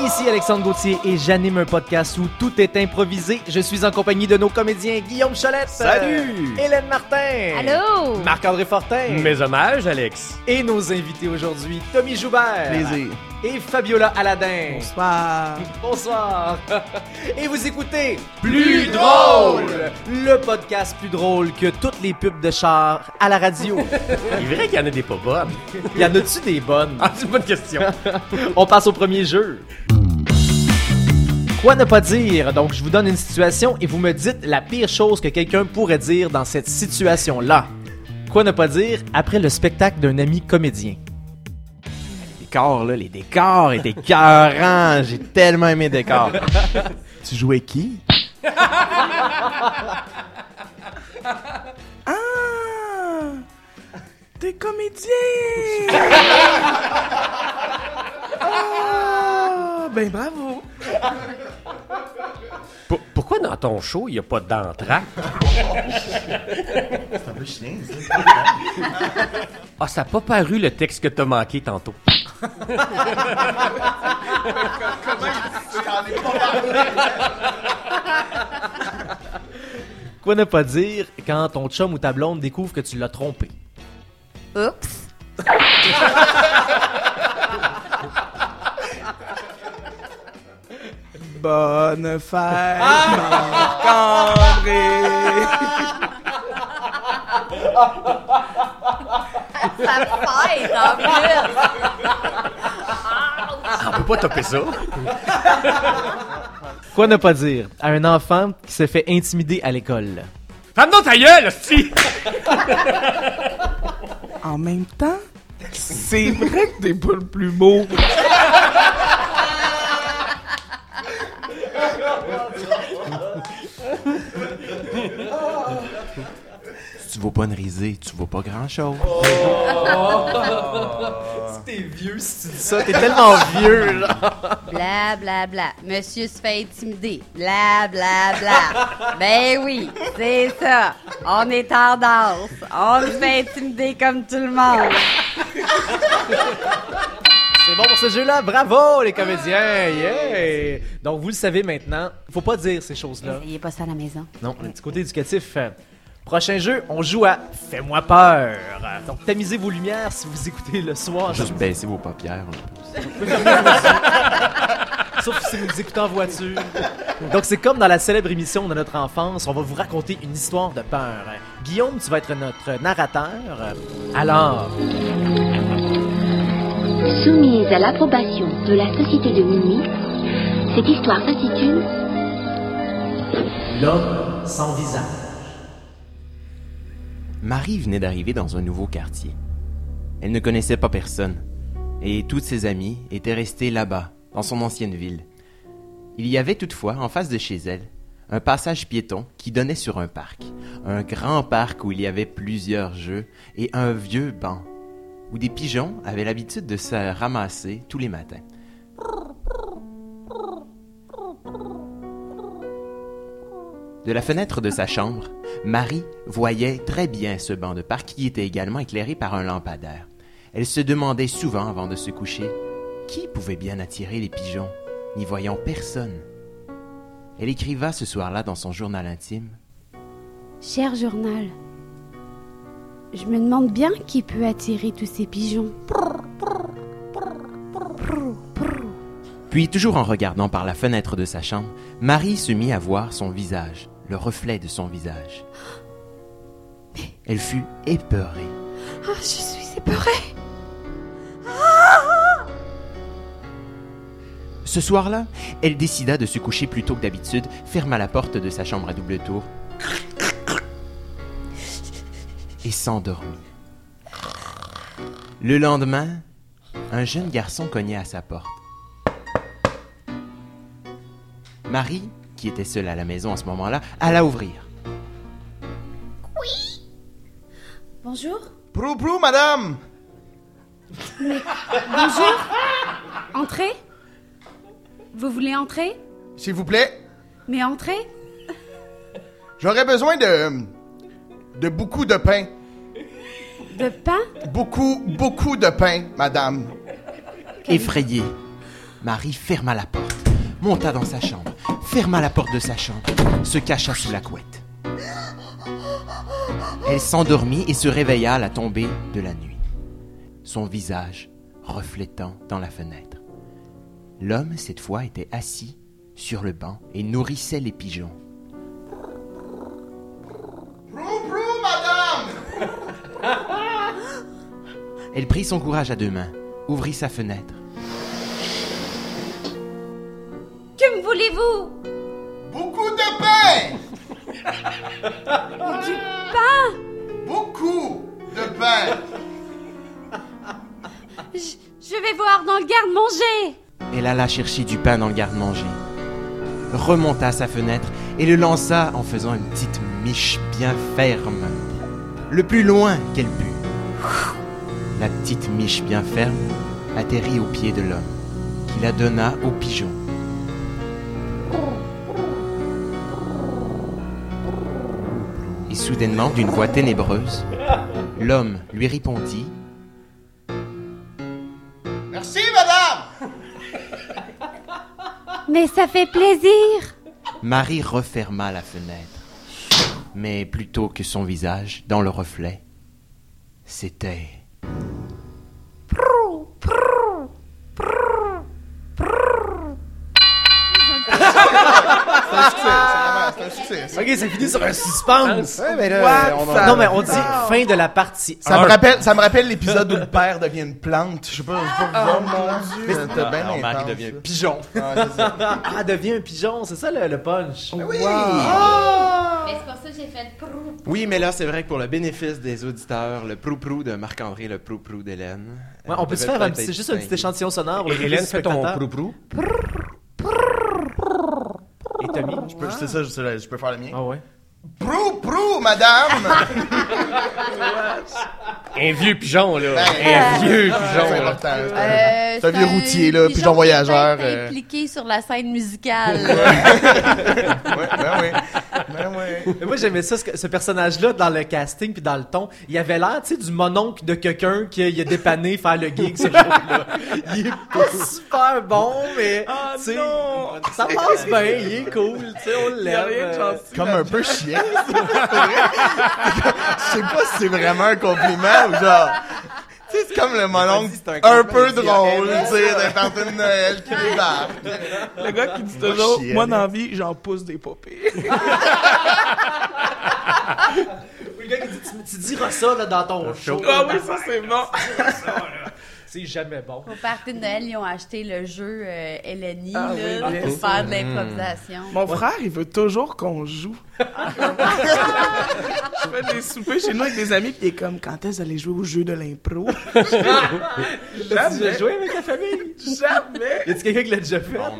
Ici Alexandre Gauthier et j'anime un podcast où tout est improvisé. Je suis en compagnie de nos comédiens Guillaume Chalette. Salut! Hélène Martin. Allô? Marc-André Fortin. Mes hommages, Alex. Et nos invités aujourd'hui, Tommy Joubert. Plaisir. Et Fabiola Aladin. Bonsoir. Bonsoir. Et vous écoutez Plus drôle! Le podcast plus drôle que toutes les pubs de char à la radio. Il est vrai qu'il y en a des pas bonnes. Il y en a-tu des bonnes? Ah, c'est une bonne question. On passe au premier jeu. Quoi ne pas dire? Donc, je vous donne une situation et vous me dites la pire chose que quelqu'un pourrait dire dans cette situation-là. Quoi ne pas dire après le spectacle d'un ami comédien? Les décors, là, les décors étaient écœurants. J'ai tellement aimé les décors. tu jouais qui? ah! T'es comédien! ah! Ben bravo! P- pourquoi dans ton show, il n'y a pas d'entraque? C'est un peu chien, Ah, ça n'a pas paru le texte que t'as manqué tantôt. Quoi ne pas dire quand ton chum ou ta blonde découvre que tu l'as trompé? Oups. Bonne fête, Marc-André! Ça fête en plus. Ah, On peut pas taper ça. Quoi ne pas dire à un enfant qui se fait intimider à l'école? Ferme donc ta gueule, hostie! En même temps, c'est vrai que t'es pas le plus beau. si tu vas pas une risée, tu vas pas grand chose. T'es vieux si tu dis ça, t'es tellement vieux là! Bla bla bla. Monsieur se fait intimider. Bla bla bla. Ben oui, c'est ça. On est en danse. On se fait intimider comme tout le monde. C'est bon pour ce jeu-là, bravo les comédiens! Yeah! Donc vous le savez maintenant, faut pas dire ces choses-là. N'essayez pas ça à la maison. Non, un petit côté éducatif. euh, Prochain jeu, on joue à Fais-moi peur. Donc tamisez vos lumières si vous écoutez le soir, Juste baisser vos paupières. un peu. sauf si vous écoutez en voiture. Donc c'est comme dans la célèbre émission de notre enfance, on va vous raconter une histoire de peur. Guillaume, tu vas être notre narrateur. Alors, Soumise à l'approbation de la Société de Minuit, cette histoire s'intitule l'homme sans visage. Marie venait d'arriver dans un nouveau quartier. Elle ne connaissait pas personne, et toutes ses amies étaient restées là-bas, dans son ancienne ville. Il y avait toutefois, en face de chez elle, un passage piéton qui donnait sur un parc, un grand parc où il y avait plusieurs jeux et un vieux banc, où des pigeons avaient l'habitude de se ramasser tous les matins. De la fenêtre de sa chambre, Marie voyait très bien ce banc de parc qui était également éclairé par un lampadaire. Elle se demandait souvent avant de se coucher qui pouvait bien attirer les pigeons, n'y voyant personne. Elle écriva ce soir-là dans son journal intime Cher journal, je me demande bien qui peut attirer tous ces pigeons. Puis, toujours en regardant par la fenêtre de sa chambre, Marie se mit à voir son visage, le reflet de son visage. Elle fut épeurée. Ah, je suis épeurée. Ce soir-là, elle décida de se coucher plus tôt que d'habitude, ferma la porte de sa chambre à double tour et s'endormit. Le lendemain, un jeune garçon cognait à sa porte. Marie, qui était seule à la maison à ce moment-là, alla ouvrir. Bonjour. Prou, prou, madame! Bonjour. Entrez. Vous voulez entrer S'il vous plaît, Mais entrez. j'aurais besoin de. de beaucoup de pain. De pain Beaucoup, beaucoup de pain, madame. Effrayée, Marie ferma la porte, monta dans sa chambre, ferma la porte de sa chambre, se cacha sous la couette. Elle s'endormit et se réveilla à la tombée de la nuit, son visage reflétant dans la fenêtre. L'homme, cette fois, était assis sur le banc et nourrissait les pigeons. Prou, prou, madame! Elle prit son courage à deux mains, ouvrit sa fenêtre. Que me voulez-vous Beaucoup de pain! Du pain Beaucoup de pain! je, je vais voir dans le garde-manger Elle alla chercher du pain dans le garde-manger, remonta à sa fenêtre et le lança en faisant une petite miche bien ferme, le plus loin qu'elle put. La petite miche bien ferme atterrit aux pieds de l'homme, qui la donna au pigeon. Et soudainement, d'une voix ténébreuse, l'homme lui répondit Merci, madame! Mais ça fait Euh, plaisir Marie referma la fenêtre. Mais plutôt que son visage, dans le reflet, c'était. C'est un succès, c'est vraiment- c'est un succès. ça. Ok, c'est fini sur un suspense. Ouais, mais là, on en- Non, mais on dit fin de la partie. Ça un. me, rappelle, ça me rappelle l'épisode où le père devient une plante. Je sais pas, je sais pas. Oh mon dieu! C'était bien Alors, Marie intense, devient ça. pigeon. Ouais, c'est ça. Ah, devient un pigeon, c'est ça le, le punch. Oui! Mais c'est pour ça que j'ai fait prou. Oui, mais là, c'est vrai que pour le bénéfice des auditeurs, le prou-prou de Marc-André, le prou-prou d'Hélène. Ouais, Euh, on peut se faire un petit, juste un petit échantillon sonore. pour Et le Hélène, fais ton spectateur. prou-prou. Et Tommy. je peux- Je sais ça, je, sais, je peux faire le mien. Ah ouais. Prou, prou, madame! Un vieux pigeon, là. Ben, Un vieux c'est pigeon, là. important. c'est un- Euh, C'est un vieux routier, là, pigeon pigeon qui voyageur, est peut-être euh. impliqué sur la scène musicale. Ouais, ben oui. Ben oui. Mais moi j'aimais ça, ce, que- ce personnage-là, dans le casting puis dans le ton. Il avait l'air, tu sais, du mononcle de quelqu'un qui il a dépanné faire le gig ce jour-là. Il est pas super bon, mais tu sais, ça passe bien, Ah il est cool, tu sais, on l'aime. euh. Comme un peu chien. c'est vrai. Je sais pas si c'est vraiment un compliment ou genre. Tu sais, c'est comme le mononcle dit c'est un un compliment, peu il dit, drôle, ah, tu sais, d'un party de Noël qui débarque. Le gars qui dit Moi, toujours, chienne. moi dans la vie, j'en pousse des papiers. Ou le gars qui dit, tu, tu diras ça là, dans ton show. ah oui, ça c'est bon. C'est jamais bon. Au party de Noël, ils ont acheté le jeu euh, Eleni Ah là, oui, pour bien faire de Mm. l'improvisation. Mon frère, il veut toujours qu'on joue. Je fais des soupers chez nous avec des amis, puis il est comme, quand est-ce que vous allez jouer au jeu de l'impro? Tu veux jouer avec ta famille? Jamais! Y a-tu quelqu'un qui l'a déjà fait? Jamais.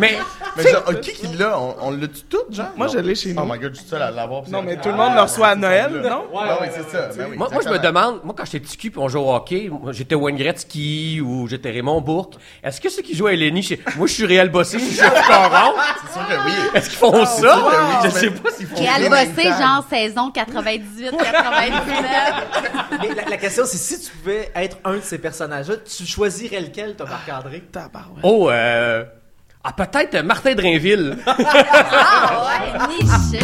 Mais Mais genre, ah, qui qui l'a? On, on l'a tu tout, genre? Moi, Non. je l'ai chez Ah, Oh nous. my god, je suis seul à l'avoir. Non, mais tout le monde le reçoit à Noël, non? Ouais, oui, c'est ça. Ben oui, moi, moi, je me exactement. demande, moi, quand j'étais petit cul puis on jouait au hockey, moi, j'étais Wayne Gretzky ou j'étais Raymond Bourque, est-ce que ceux qui jouent à Eleni, chez- moi, je suis réel bossé, je suis chef coron, C'est sûr que oui. est-ce qu'ils font ça? sûr que oui, Je mais- sais pas s'ils font Et Et elle en même bossait temps- genre saison 98-99. Mais la, la question, c'est si tu pouvais être un de ces personnages-là, tu choisirais lequel, toi, Marc-André? Tabarouette. Oh, euh... Ah, peut-être euh, Martin Drainville. Ah ouais, niché.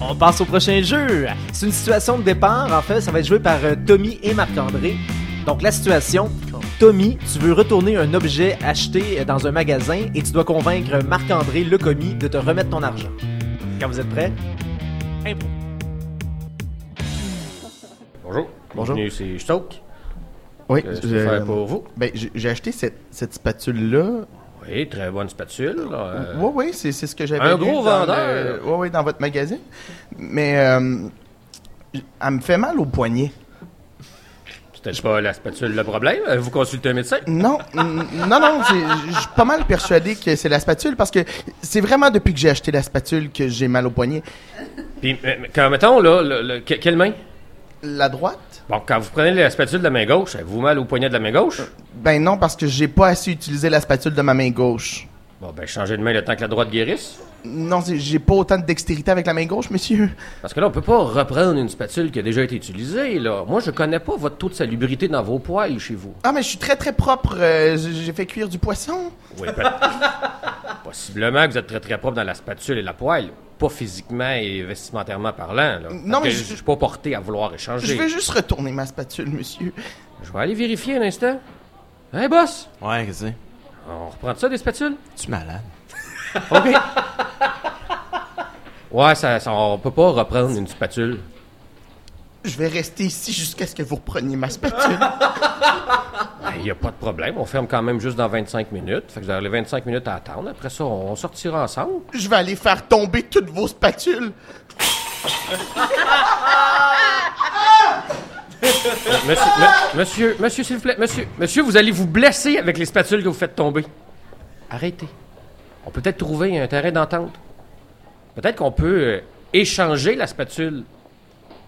On passe au prochain jeu. C'est une situation de départ. En fait, ça va être joué par euh, Tommy et Marc-André. Donc, la situation, Tommy, tu veux retourner un objet acheté euh, dans un magasin et tu dois convaincre euh, Marc-André, le commis, de te remettre ton argent. Quand vous êtes prêts, impro. Bonjour. Bonjour. Bienvenue, C'est Stoke. Oui, Qu'est-ce que je j'ai- peux faire pour vous? ben, j'ai j'ai acheté cette, cette spatule-là. Oui, très bonne spatule. euh, Oui, oui, c'est c'est ce que j'avais un lu gros dans vendeur. le- Oui, oui, dans votre magazine. Mais euh, j- elle me fait mal au poignet. C'est peut-être pas la spatule le problème. Euh, Vous consultez un médecin? Non, n- non, non, c'est- je suis pas mal persuadé que c'est la spatule parce que c'est vraiment depuis que j'ai acheté la spatule que j'ai mal au poignet. Puis, mais- mais quand, mettons, là, le- le- que- quelle main? La droite? Bon, quand vous prenez la spatule de la main gauche, avez-vous mal au poignet de la main gauche? Ben non, parce que j'ai pas assez utilisé la spatule de ma main gauche. Bon, ben, changez de main le temps que la droite guérisse. Non, c'est- j'ai pas autant de dextérité avec la main gauche, monsieur. Parce que là, on peut pas reprendre une spatule qui a déjà été utilisée, là. Moi, je connais pas votre taux de salubrité dans vos poils chez vous. Ah, mais je suis très très propre. euh, j- j'ai fait cuire du poisson. Oui, peut- Possiblement que vous êtes très très propre dans la spatule et la poêle. Pas physiquement et vestimentairement parlant. Là. Non, Parce mais que je- je suis pas porté à vouloir échanger. Je veux juste retourner ma spatule, monsieur. Je vais aller vérifier un instant. Hein, boss? Ouais, qu'est-ce que On reprend ça, des spatules? c'est? Tu malade? OK. ouais, ça, ça- on peut pas reprendre une spatule. Je vais rester ici jusqu'à ce que vous repreniez ma spatule. Il n'y a pas de problème. On ferme quand même juste dans 25 minutes. Fait que vous avez les 25 minutes à attendre. Après ça, on sortira ensemble. Je vais aller faire tomber toutes vos spatules. Monsieur, me- monsieur, monsieur, s'il vous plaît, monsieur, monsieur, vous allez vous blesser avec les spatules que vous faites tomber. Arrêtez. On peut peut-être trouver un terrain d'entente. Peut-être qu'on peut euh, échanger la spatule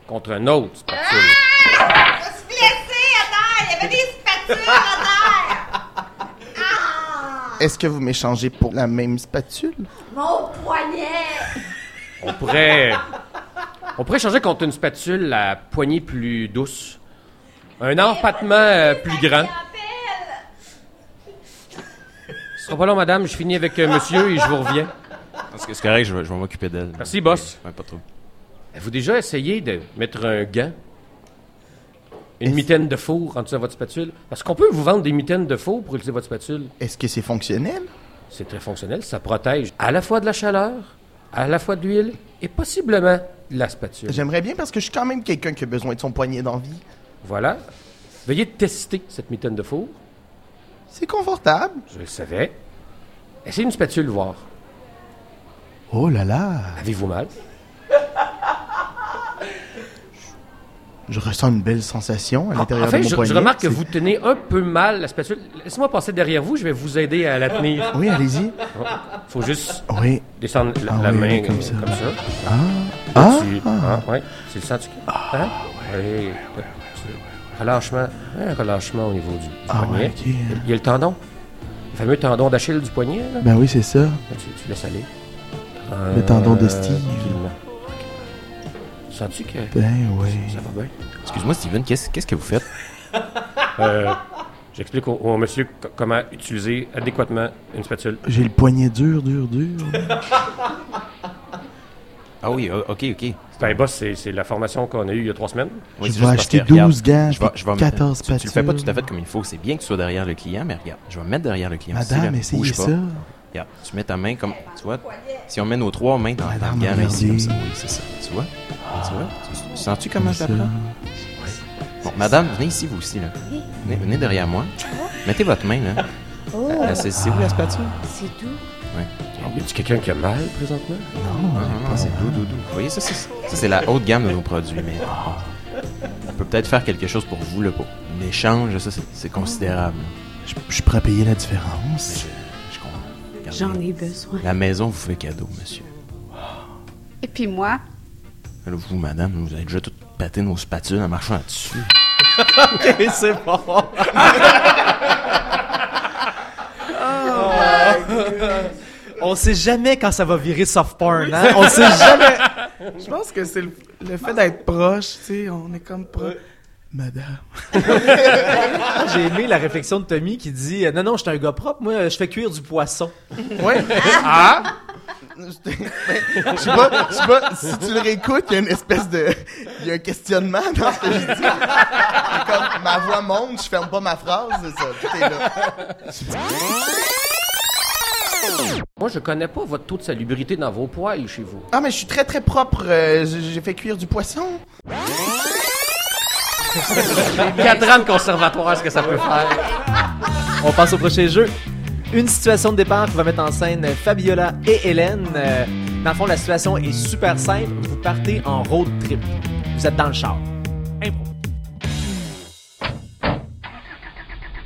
contre un autre spatule. Je suis blessée à terre! Il y avait des spatules à terre! Est-ce que vous m'échangez pour la même spatule? Mon poignet! On pourrait, euh, on pourrait changer contre une spatule la poignée plus douce, un empattement euh, plus grand. Ce sera pas long, madame. Je finis avec euh, monsieur et je vous reviens. Parce que c'est correct, je vais, je vais m'occuper d'elle. Merci, boss. Ouais, pas trop. Avez-vous déjà essayé de mettre un gant, une mitaine de four en dessous de votre spatule? Parce qu'on peut vous vendre des mitaines de four pour utiliser votre spatule. Est-ce que c'est fonctionnel? C'est très fonctionnel. Ça protège à la fois de la chaleur, à la fois de l'huile et possiblement de la spatule. J'aimerais bien parce que je suis quand même quelqu'un qui a besoin de son poignet d'envie. Voilà. Veuillez tester cette mitaine de four. C'est confortable. Je le savais. Essayez une spatule, voir. Oh là là! Avez-vous mal? Je ressens une belle sensation à l'intérieur Ah, en fait, de mon je, poignet. je remarque que C'est- vous tenez un peu mal la spatule. Laissez-moi passer derrière vous, je vais vous aider à la tenir. Oui, allez-y. Faut juste Oui. descendre la, Ah la oui, main oui, comme euh, ça. Comme ça. Ah! Tu- ah, ouais. C'est le sens du Hein? Oui. Relâchement. Un relâchement au niveau du, du Ah poignet. ouais, ok. Il y a le tendon. Le fameux tendon d'Achille du poignet. Là. Ben oui, c'est ça. Là, tu, tu laisses aller. Euh, Le tendon de Steve. tranquillement. Sens-tu que Ben oui. ça va bien? Excuse-moi, Steven, qu'est-ce qu'est-ce que vous faites? Euh, J'explique au, au monsieur co- comment utiliser adéquatement une spatule. J'ai le poignet dur, dur, dur. Ah oui, o- ok, ok. Ben, boss, c'est c'est la formation qu'on a eue il y a trois semaines. Oui, c'est je vais juste parce acheter que, regarde, 12 gants, je vais- puis je vais me- 14 tu- Tu le fais pas spatules. tout à fait comme il faut. C'est bien que tu sois derrière le client, mais regarde, je vais me mettre derrière le client. Si Madame, la- essayez bouge pas. ça. Regarde, tu mets ta main comme. Tu vois, si on met nos trois mains dans, dans Madame, le gant, là, ici, regardez. comme ça. Oui, c'est ça. Tu vois? Tu vois? Tu- tu- Sens-tu comment ça Ça. prend? Bon, madame, venez ici, vous aussi, là. Venez, venez derrière moi. Mettez votre main, là. Oh. Euh, c'est- C'est où la spatule? C'est tout. Ah Y a-tu quelqu'un qui a mal présentement? Ah, c'est doux, doux, doux. Vous voyez, ça, c'est ça, c'est la haute gamme de nos produits, mais ah, on peut peut-être faire quelque chose pour vous, là, pour l'échange, ça, c'est- c'est considérable. Je, je pourrais payer la différence. Je comprends. Regardez, J'en ai besoin. La maison vous fait cadeau, monsieur. Et puis moi, Là, vous, madame, vous avez déjà tout pâté nos spatules en marchant là-dessus. c'est bon. On sait jamais quand ça va virer soft porn, hein? On sait jamais. Je pense que c'est le, le fait d'être proche, tu sais, on est comme proche. Madame. Ah, J'ai aimé la réflexion de Tommy qui dit euh, Non, non, je suis un gars propre, moi, je fais cuire du poisson. Ouais. Ah! Je sais pas, je sais pas, si tu le réécoutes, il y a une espèce de. Il y a un questionnement dans ce que je dis. C'est Comme ma voix monte, je ferme pas ma phrase, c'est ça. Tout est là. Moi, je connais pas votre taux de salubrité dans vos poils chez vous. Ah, mais je suis très très propre. euh, j- J'ai fait cuire du poisson. Quatre ans de conservatoire, ce que ça peut faire. On passe au prochain jeu. Une situation de départ qui va mettre en scène Fabiola et Hélène. Euh, Dans le fond, la situation est super simple. Vous partez en road trip. Vous êtes dans le char. Impro.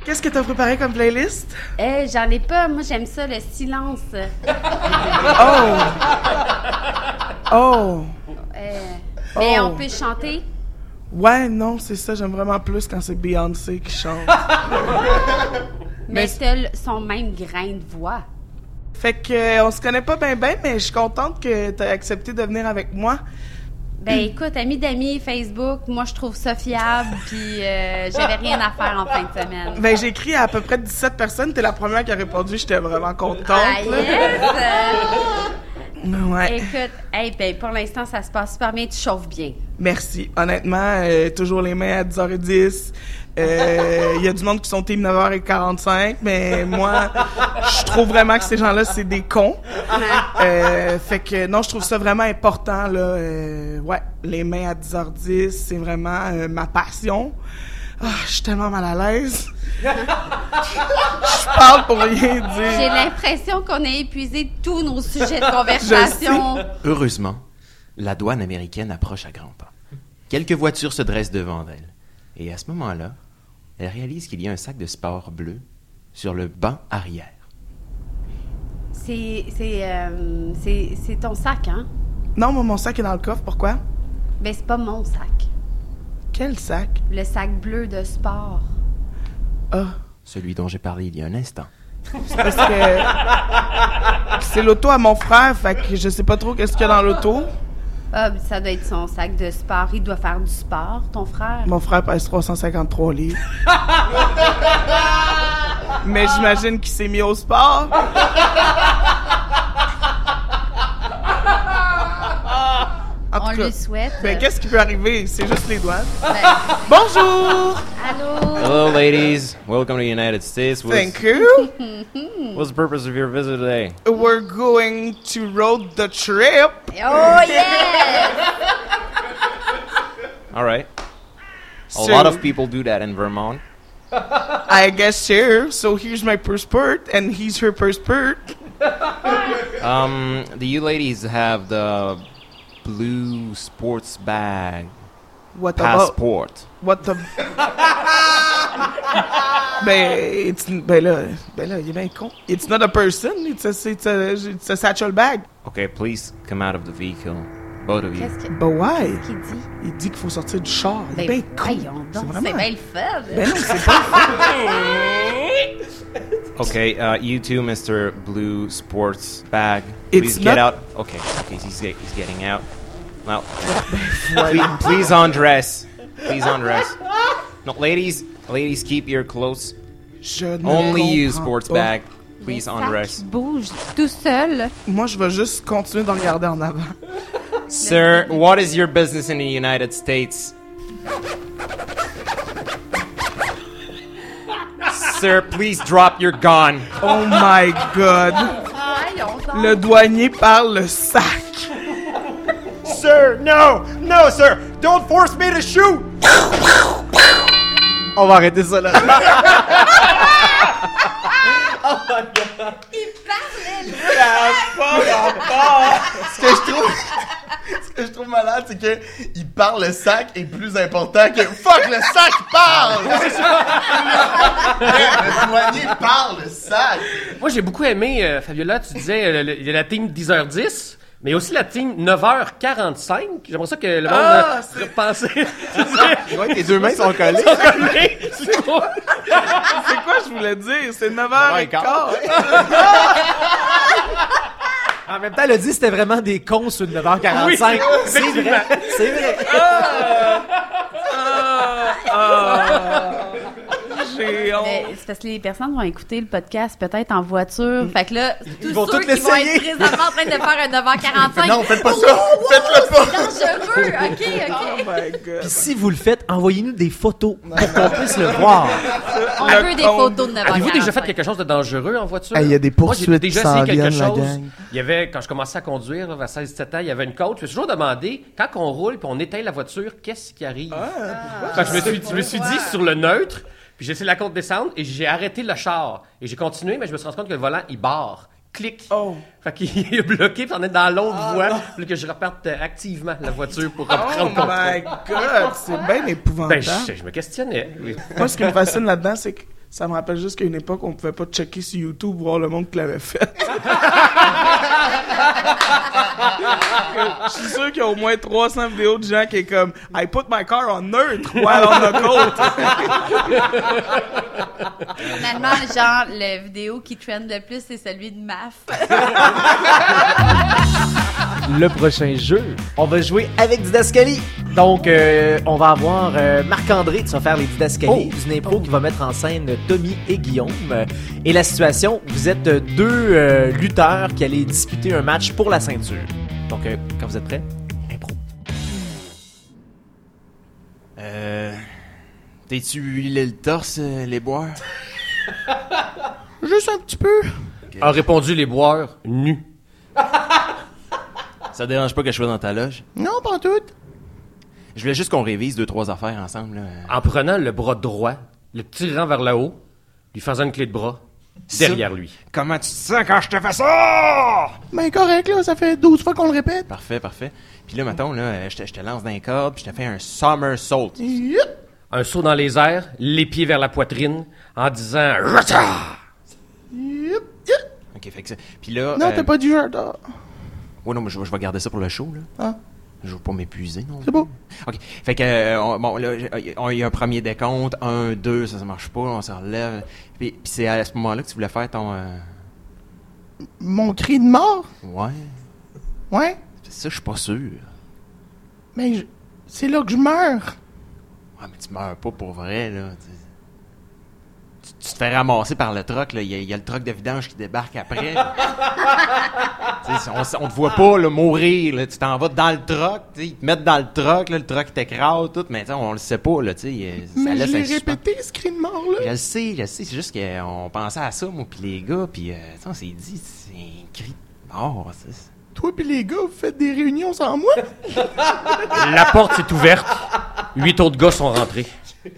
Qu'est-ce que t'as préparé comme playlist? Eh, Euh, j'en ai pas. Moi, j'aime ça, le silence. Oh! Oh! Euh, mais Oh. on peut chanter. Ouais, non, c'est ça, j'aime vraiment plus quand c'est Beyoncé qui chante. Mais c'est le- son même grain de voix. Fait que euh, on se connaît pas bien ben, mais je suis contente que t'aies accepté de venir avec moi. Ben écoute, amis d'amis, Facebook, moi je trouve ça fiable, puis euh, j'avais rien à faire en fin de semaine. Ben j'ai écrit à à peu près 17 personnes, t'es la première qui a répondu, j'étais vraiment contente. Ah là. yes! Euh, Ouais. écoute, hey, ben pour l'instant ça se passe super bien, tu chauffes bien. Merci. Honnêtement, euh, toujours les mains à 10h10. Euh, Il y a du monde qui sont team 9h45, mais moi, je trouve vraiment que ces gens-là, c'est des cons. Euh, fait que non, je trouve ça vraiment important. Là, Euh, ouais, les mains à 10h10, c'est vraiment euh, ma passion. Ah, je suis tellement mal à l'aise. Je parle pour rien J'ai dire. l'impression qu'on a épuisé tous nos sujets de Je conversation. Heureusement, la douane américaine approche à grands pas. Quelques voitures se dressent devant elle. Et à ce moment-là, elle réalise qu'il y a un sac de sport bleu sur le banc arrière. C'est c'est euh, c'est c'est ton sac hein Non, moi, mon sac est dans le coffre. Pourquoi? Ben c'est pas mon sac, Quel sac? le sac bleu de sport. Ah. Celui dont j'ai parlé il y a un instant. parce que c'est l'auto à mon frère, fait que je sais pas trop qu'est-ce qu'il y a dans l'auto. Ah, ben, ça doit être son sac de sport. Il doit faire du sport, ton frère. Mon frère pèse 353 livres. Mais j'imagine qu'il s'est mis au sport. En On tout cas, le souhaite. ben, qu'est-ce qui peut arriver? C'est juste les doigts. Ben, Bonjour! allô? Oh, Hello, ladies. Welcome to the United States. Thank you! what's the purpose of your visit today? We're going to road the trip! Oh yes! All right. A lot of people do that in Vermont. I guess sure. So here's my passport, and he's her passport. Um, do you ladies have the blue sports bag What about? passport? What the... ben, it's, ben là, ben là, il est bien con. It's not a person, it's a, it's a, it's a satchel bag. Okay, please come out of the vehicle, both of you. Qu'est-ce que- Ben ouais, qu'il dit? il dit qu'il faut sortir du char. Il est Ben, bien con. voyons donc, C'est c'est vraiment... bien le fun. Ben non, c'est pas... Okay, uh, you too, Mr. Blue Sports Bag. It's Please get not- out. Okay, okay, he's, get- he's getting out. Well, please, please undress. Please undress. No, ladies, ladies, keep your clothes. Je ne Only you, comprends sports pas. bag. Please Le sac undress. bouge tout seul. Moi, je vais juste continuer de regarder en avant. Sir, what is your business in the United States? Sir, please drop your gun. Oh my God! Voyons donc. Le douanier parle le sac. Sir, no, no, sir. Don't force me to shoot. On va arrêter ça là. Ce que je trouve, ce que je trouve malade, c'est que il parle le sac est plus important que fuck le sac parle. le douanier parle le sac. Moi, j'ai beaucoup aimé, euh, Fabiola, tu disais, euh, le- il y a la team 10h10, mais il y a aussi la team 9h45. J'aimerais ça que le monde Ah, euh, c'est- repense. Ouais, tes deux mains sont collées. C'est trop- C'est quoi je voulais dire? C'est 9h15. En même temps, elle a dit que c'était vraiment des cons sur le 9h45. Oui, c'est vrai. C'est vrai. Ah, J'ai honte. Mais c'est parce que les personnes vont écouter le podcast peut-être en voiture. Fait que là, tous vont ceux tout qui vont être l'essayer. présentement en train de faire un 9h45. Non, faites pas ça. Faites-le Oh, pas. Dangereux, ok, Oh ok. my God. Puis si vous le faites, envoyez-nous des photos pour qu'on puisse le voir. On Le veut des con. photos de 9h45. Avez-vous déjà fait quelque chose de dangereux en voiture? Ah, il y a des Moi, poursuites j'ai qui déjà s'en essayé quelque viennent, la chose. gang. Il y avait, quand je commençais à conduire, là, vers 16-17 ans, il y avait une coach. Je me suis toujours demandé, quand on roule et on éteint la voiture, qu'est-ce qui arrive? Ah. Fait que je me suis, je me suis dit sur le neutre, puis j'ai essayé de la compte descendre et j'ai arrêté le char. Et j'ai continué, mais je me suis rendu compte que le volant, il barre. Clic. Oh. Fait qu'il est bloqué, puis on est dans l'autre voie, puis que je reparte euh, activement la voiture pour Oh reprendre le contrôle. my god, c'est bien épouvantable. Ben, Ben, je, je me questionnais. Moi, ce qui me fascine là-dedans, c'est que Ça me rappelle juste qu'à une époque, on pouvait pas checker sur YouTube voir le monde qui l'avait fait. Je suis sûr qu'il y a au moins 300 vidéos de gens qui est comme « I put my car on neutre while on the coat Finalement, genre, le vidéo qui trend le plus, c'est celui de MAF. le prochain jeu, on va jouer avec Didascali. Donc, euh, on va avoir euh, Marc-André qui va faire les Oh. Didascali, d'une impro qui va mettre en scène Tommy et Guillaume. Euh, Et la situation, vous êtes euh, deux euh, lutteurs qui allez disputer un match pour la ceinture. Donc, euh, quand vous êtes prêts, impro. Euh. T'es-tu huilé le torse, euh, les boires? Juste un petit peu. A répondu les boires nus. Ça te dérange pas que je sois dans ta loge? Non, pas en tout. Je voulais juste qu'on révise deux, trois affaires ensemble. là. En prenant le bras droit, le tirant vers le haut, lui faisant une clé de bras, derrière lui. Comment tu te sens quand je te fais ça? Ben correct, là, ça fait 12 fois qu'on le répète. Parfait, parfait. Puis là, mettons, là, euh, je te, je te lance d'un corde, puis je te fais un somersault. Yup. Un saut dans les airs, les pieds vers la poitrine, en disant Rata! Yup. Yup. Ok, fait que ça. Puis là. Non, euh, t'as pas dit genre. t'as- Ouais, non, mais je, vais- je vais garder ça pour le show, là. Ah. Je veux pas m'épuiser, non. C'est beau. OK. Fait que, euh, on- bon, là, j'ai- on- il y a un premier décompte. Un, deux, ça, ça marche pas. On se relève. Puis, puis c'est à ce moment-là que tu voulais faire ton... euh, Mon cri de mort. Ouais. Ouais. Ça, je suis pas sûr. Mais je- c'est là que je meurs. Ouais, Ah, mais tu meurs pas pour vrai, là. Tu- Tu, tu te fais ramasser par le truck, là. Il y, a- il y a le truck de vidange qui débarque après. Tu sais, on, s- on te voit pas, là, mourir, là. Tu t'en vas dans le truck, tu sais. Ils te mettent dans le truck, là. Le truck t'écrase, tout. Mais tu sais, on le sait pas, là, tu sais. il- ça Mais je laisse l'ai un suspens. répété, ce cri de mort, Je là. le sais, je le sais. C'est juste qu'on pensait à ça, moi, puis les gars, puis euh, tu sais, on s'est dit, c'est un cri de mort, ça. Toi pis les gars, vous faites des réunions sans moi. La porte s'est ouverte. Huit autres gars sont rentrés.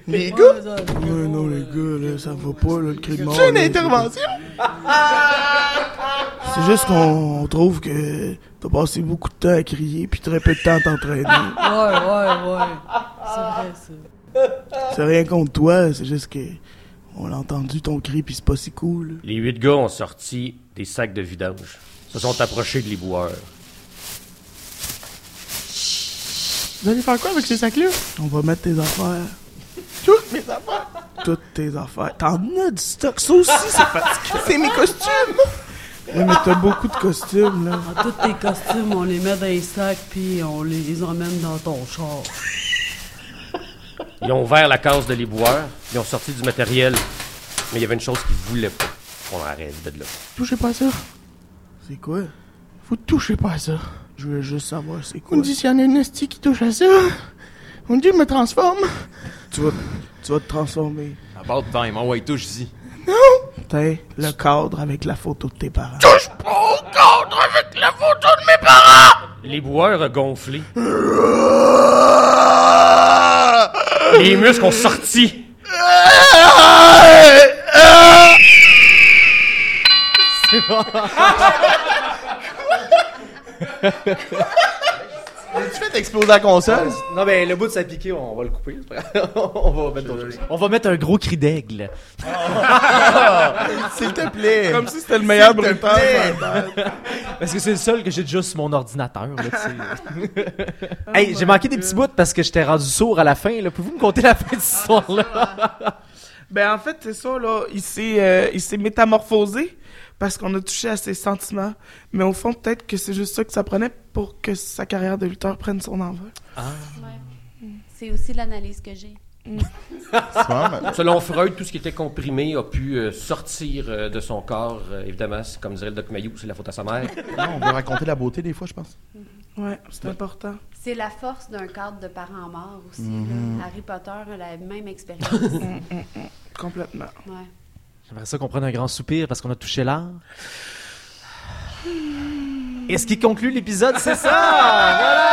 Les gars, Ouais, non, les gars, là, ça va pas, là, le cri de mort. tu as une là, intervention. C'est juste qu'on on trouve que t'as passé beaucoup de temps à crier puis très peu de temps à t'entraîner. Ouais, ouais, ouais. C'est vrai, ça. C'est rien contre toi, c'est juste que on l'a entendu ton cri puis c'est pas si cool. Les huit gars ont sorti des sacs de vidange. Se sont approchés de les boueurs. Vous allez faire quoi avec ces sacs-là? On va mettre tes affaires, Toutes mes affaires. toutes tes affaires. T'en as du stock, ça aussi c'est fatigué. C'est mes costumes. Ouais, mais t'as beaucoup de costumes là. Ah, Tous tes costumes, on les met dans les sacs, puis on les emmène dans ton char. Ils ont ouvert la case de les boueurs. Ils ont sorti du matériel. Mais il y avait une chose qu'ils voulaient pas. On arrête de là. Touchez pas à ça. C'est quoi Vous touchez pas à ça. Je voulais juste savoir c'est On quoi. me dit s'il y en a une hostie qui touche à ça. On me dit je me transforme. Tu vas, tu vas te transformer. À part de temps, il m'envoie tout, je dis. T'as le cadre avec la photo de tes parents. Les boueurs ont gonflé. Les muscles ont sorti. Tu fais t'exploser la console. Non, mais le bout de sa piqué, on va le couper. on, va mettre on va mettre un gros cri d'aigle. S'il te plaît. Comme si c'était le meilleur S'il te bruiteur. plaît. Parce que c'est le seul que j'ai déjà sur mon ordinateur. Là, tu sais. hey, j'ai manqué des petits bouts parce que j'étais rendu sourd à la fin. Là. Pouvez-vous me compter la fin de cette histoire-là? Ben en fait, c'est ça là, il s'est euh, il s'est métamorphosé parce qu'on a touché à ses sentiments, mais au fond peut-être que c'est juste ça que ça prenait pour que sa carrière de lutteur prenne son envol. C'est aussi l'analyse que j'ai. Selon Freud, tout ce qui était comprimé a pu euh, sortir euh, de son corps. Euh, évidemment, c'est comme dirait le Doc Mayou, c'est la faute à sa mère. Non, on veut raconter la beauté des fois, je pense. Ouais, c'est important. C'est la force d'un cadre de parents morts aussi. là. Harry Potter a la même expérience. Complètement. ouais. J'aimerais ça qu'on prenne un grand soupir parce qu'on a touché l'art. Et ce qui conclut l'épisode, c'est ça! Voilà!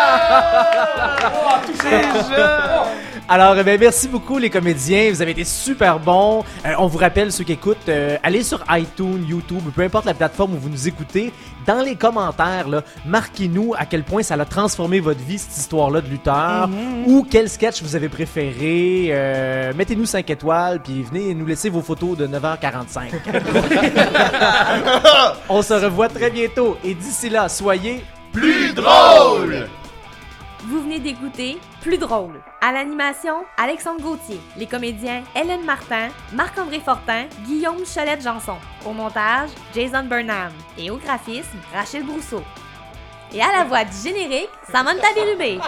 Alors, eh ben, merci beaucoup les comédiens, vous avez été super bons. Euh, on vous rappelle, ceux qui écoutent, euh, allez sur iTunes, YouTube, peu importe la plateforme où vous nous écoutez, Dans les commentaires, là, marquez-nous à quel point ça a transformé votre vie, cette histoire-là de lutteur, ou quel sketch vous avez préféré. Euh, Mettez-nous 5 étoiles, puis venez nous laisser vos photos de 9h45. On se revoit très bientôt, et d'ici là, soyez Plus drôle! Vous venez d'écouter Plus drôle. À l'animation, Alexandre Gauthier. Les comédiens Hélène Martin, Marc-André Fortin, Guillaume Cholette-Janson. Au montage, Jason Burnham. Et au graphisme, Rachel Brousseau. Et à la voix du générique, Samantha Bérubé.